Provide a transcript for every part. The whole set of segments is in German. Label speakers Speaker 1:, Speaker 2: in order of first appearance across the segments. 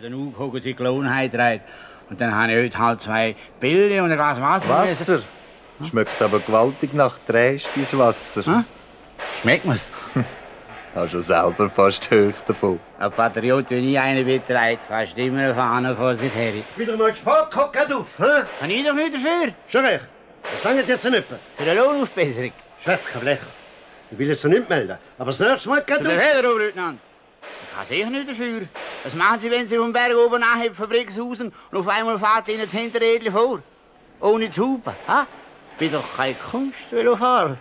Speaker 1: den U sich Klonheit reit. Und dann habe ich heute halt zwei Bilder und ein Glas Wasser.
Speaker 2: Wasser? Schmeckt aber gewaltig nach Dräst dein Wasser.
Speaker 1: Hm? Schmeckt man's?
Speaker 2: Hast schon selber fast höch davon.
Speaker 1: Ein Patriot, wenn nie einer betreibt, fast immer eine Fahne vor sich her.
Speaker 3: Wieder mal gespart, guck grad auf, hä?
Speaker 1: Kann ich doch nicht dafür?
Speaker 3: Schon recht. Das langt jetzt nicht mehr.
Speaker 1: Für eine Lohnaufbesserung.
Speaker 3: Schwätz kein Blech. Ich will es so nicht melden. Aber das nächste Mal grad
Speaker 1: Zu der
Speaker 3: auf.
Speaker 1: Feder, Oberleutnant. Ich kann sicher nicht dafür. Was machen Sie, wenn Sie vom Berg oben nachher Fabrikshausen und auf einmal fährt Ihnen das Hinterrädchen vor? Ohne zu hupen, ha? Bin doch kein Kunstvelofahrer.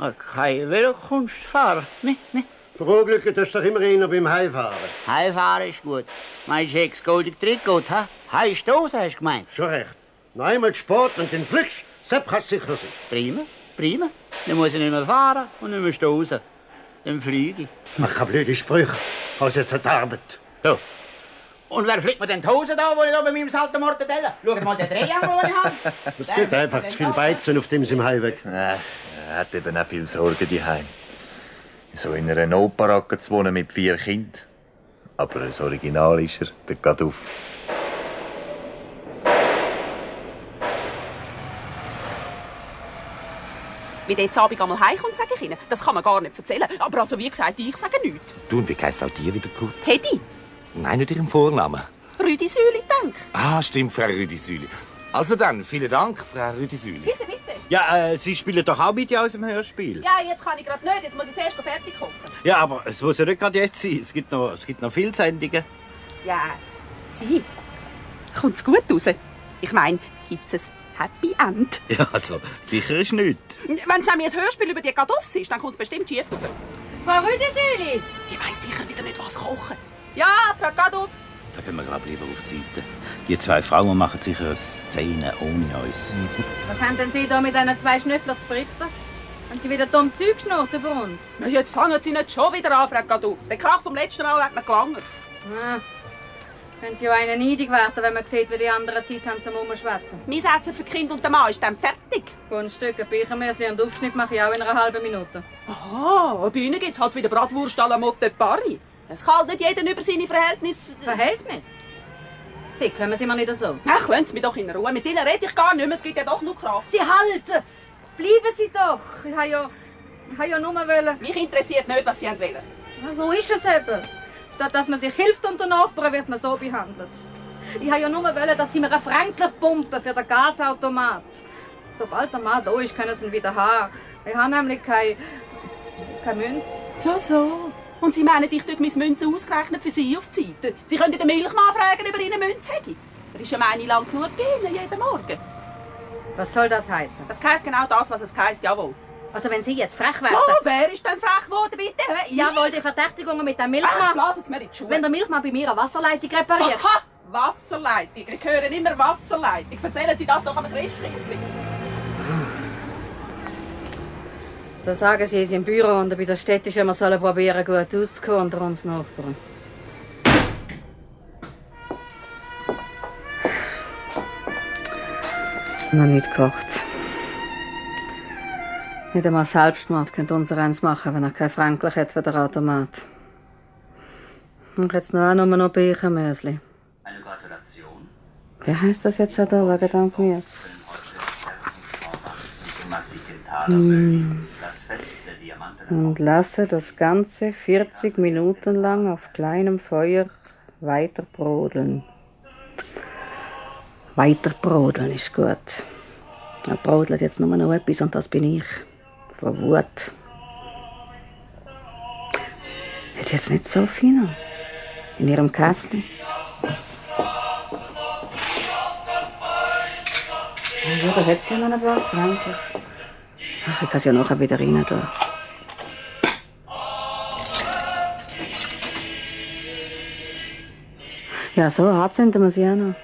Speaker 1: Äh, Kein Velokunstfahrer, ne? ne?
Speaker 3: Verunglücken tust du doch immer einer beim Heimfahren.
Speaker 1: Heimfahren ist gut. Mein Schecks goldig Trikot, ha? Heimstoßen, hast du gemeint?
Speaker 3: Schon recht. Noch einmal gespart und dann fliegst Sepp kann sicher sein.
Speaker 1: Prima, prima. Dann muss ich nicht mehr fahren und nicht mehr stoßen. Dann fliege ich.
Speaker 3: Mach keine blöde Sprüche. Hast jetzt an die Arbeit.
Speaker 1: So. Und wer fliegt mir denn die Hose da, wo ich da bei meinem Salto Mortadella? Schaut mal den Dreh an, den ich habe.
Speaker 3: Es gibt einfach zu viel Beizen auf dem im Heimweg.
Speaker 2: Ach, er hat eben auch viel Sorgen daheim. So in einer Notbaracke zu wohnen mit vier Kindern. Aber das Original ist er, der geht auf.
Speaker 4: Wenn der jetzt Abend einmal heimkommt, sage ich Ihnen, das kann man gar nicht erzählen. Aber also, wie gesagt, ich sage nichts.
Speaker 5: Du, und wie heisst auch dir wieder gut?
Speaker 4: Teddy,
Speaker 5: Nein, nicht ihrem Vornamen.
Speaker 4: Rüdi Süli, danke.
Speaker 5: Ah, stimmt, Frau Rüdisüli. Also dann, vielen Dank, Frau Rüdisüli.
Speaker 4: Bitte, bitte.
Speaker 6: Ja, äh, Sie spielen doch auch mit in unserem Hörspiel.
Speaker 4: Ja, jetzt kann ich gerade nicht. Jetzt muss ich zuerst fertig gucken.
Speaker 6: Ja, aber es muss ja nicht gerade jetzt sein. Es gibt noch, es gibt noch viele Sendungen.
Speaker 4: Ja, sie. Kommt's gut raus? Ich meine, gibt's ein Happy End?
Speaker 6: Ja, also, sicher ist nichts.
Speaker 4: Wenn's nämlich ein Hörspiel über die Gadoffs ist, dann kommt bestimmt schief raus.
Speaker 7: Frau Rüdesüli!
Speaker 4: Die weiß sicher wieder nicht, was kochen. Ja,
Speaker 7: Ah,
Speaker 4: Frau Gadoff.
Speaker 6: Da gehen wir, glaube ich, lieber auf die Seite. Die zwei Frauen machen sicher eine Szene ohne uns.
Speaker 7: Was haben denn Sie da mit diesen zwei Schnüffler zu berichten? Haben Sie wieder dumm Zeug geschnurrt über uns?
Speaker 4: Na, jetzt fangen sie nicht schon wieder an, Frau Gadoff. Der Krach vom letzten Mal hat mir gelangt.
Speaker 7: Ah, könnte ja einer neidig werden, wenn man sieht, wie die anderen Zeit haben zum Rumschwätzen.
Speaker 4: Mein Essen für Kind und den Mann ist dann fertig.
Speaker 7: Grundstücke, Büchermüsli und Aufschnitt mache ich auch in einer halben Minute.
Speaker 4: Aha, bei Ihnen gibt's halt wieder Bratwurst à la Motte Paris. Es kann halt nicht jeder über seine Verhältnisse...
Speaker 7: Verhältnis? Sie kommen Sie mir nicht so.
Speaker 4: Ach, lassen Sie mich doch in Ruhe. Mit Ihnen rede ich gar nicht mehr. Es gibt ja doch nur Kraft.
Speaker 7: Sie halten! Bleiben Sie doch! Ich habe ja, ich habe ja nur wollen.
Speaker 4: Mich interessiert nicht, was Sie wollen.
Speaker 7: Ja, So ist es eben. Statt dass man sich hilft unter Nachbarn, wird man so behandelt. Ich habe ja nur wollen, dass sie mir einen Frankler pumpen für den Gasautomat. Sobald der Mann da ist, können sie ihn wieder haben. Ich habe nämlich keine, keine Münze.
Speaker 4: So, so. Und Sie meinen, ich tue meine Münze ausgerechnet für Sie auf die Seite? Sie können den Milchmann fragen, ob er Ihnen Münze hätte. Er ist ja meine lang genug bei Ihnen, jeden Morgen.
Speaker 7: Was soll das heißen?
Speaker 4: Das heisst genau das, was es heisst, jawohl.
Speaker 7: Also wenn Sie jetzt frech
Speaker 4: So,
Speaker 7: werden...
Speaker 4: wer ist denn frech geworden, bitte? Hä, ich?
Speaker 7: Jawohl, die Verdächtigungen mit dem
Speaker 4: Ach,
Speaker 7: Milchmann.
Speaker 4: blasen Sie mir in die Schuhe.
Speaker 7: Wenn der Milchmann bei mir eine Wasserleitung repariert.
Speaker 4: Aha, Wasserleitung. Ich höre immer Wasserleitung. Erzählen Sie das doch am Christkindli.
Speaker 7: Da sagen sie, es im Büro und bei der städtischen, wir sollen probieren, gut auszukommen unter uns Nachbarn. Noch nicht gekocht. Nicht einmal Selbstmord könnte unser eins machen, wenn er kein Franklich hat für den Automat. Und jetzt noch auch nur noch Birchenmösli.
Speaker 1: Eine Gratulation.
Speaker 7: Wie heisst das jetzt auch da, wegen dem Gemüse? Und lasse das Ganze 40 Minuten lang auf kleinem Feuer weiter brodeln. Weiter brodeln ist gut. Er brodelt jetzt nur noch etwas und das bin ich. Vor Wut. Hat jetzt nicht so viel noch. In ihrem Kasten. Ja, da hat sie ja noch ein paar Franken. Ach, ich kann sie ja nachher wieder rein tun. Ja, so hart sind wir sie auch noch.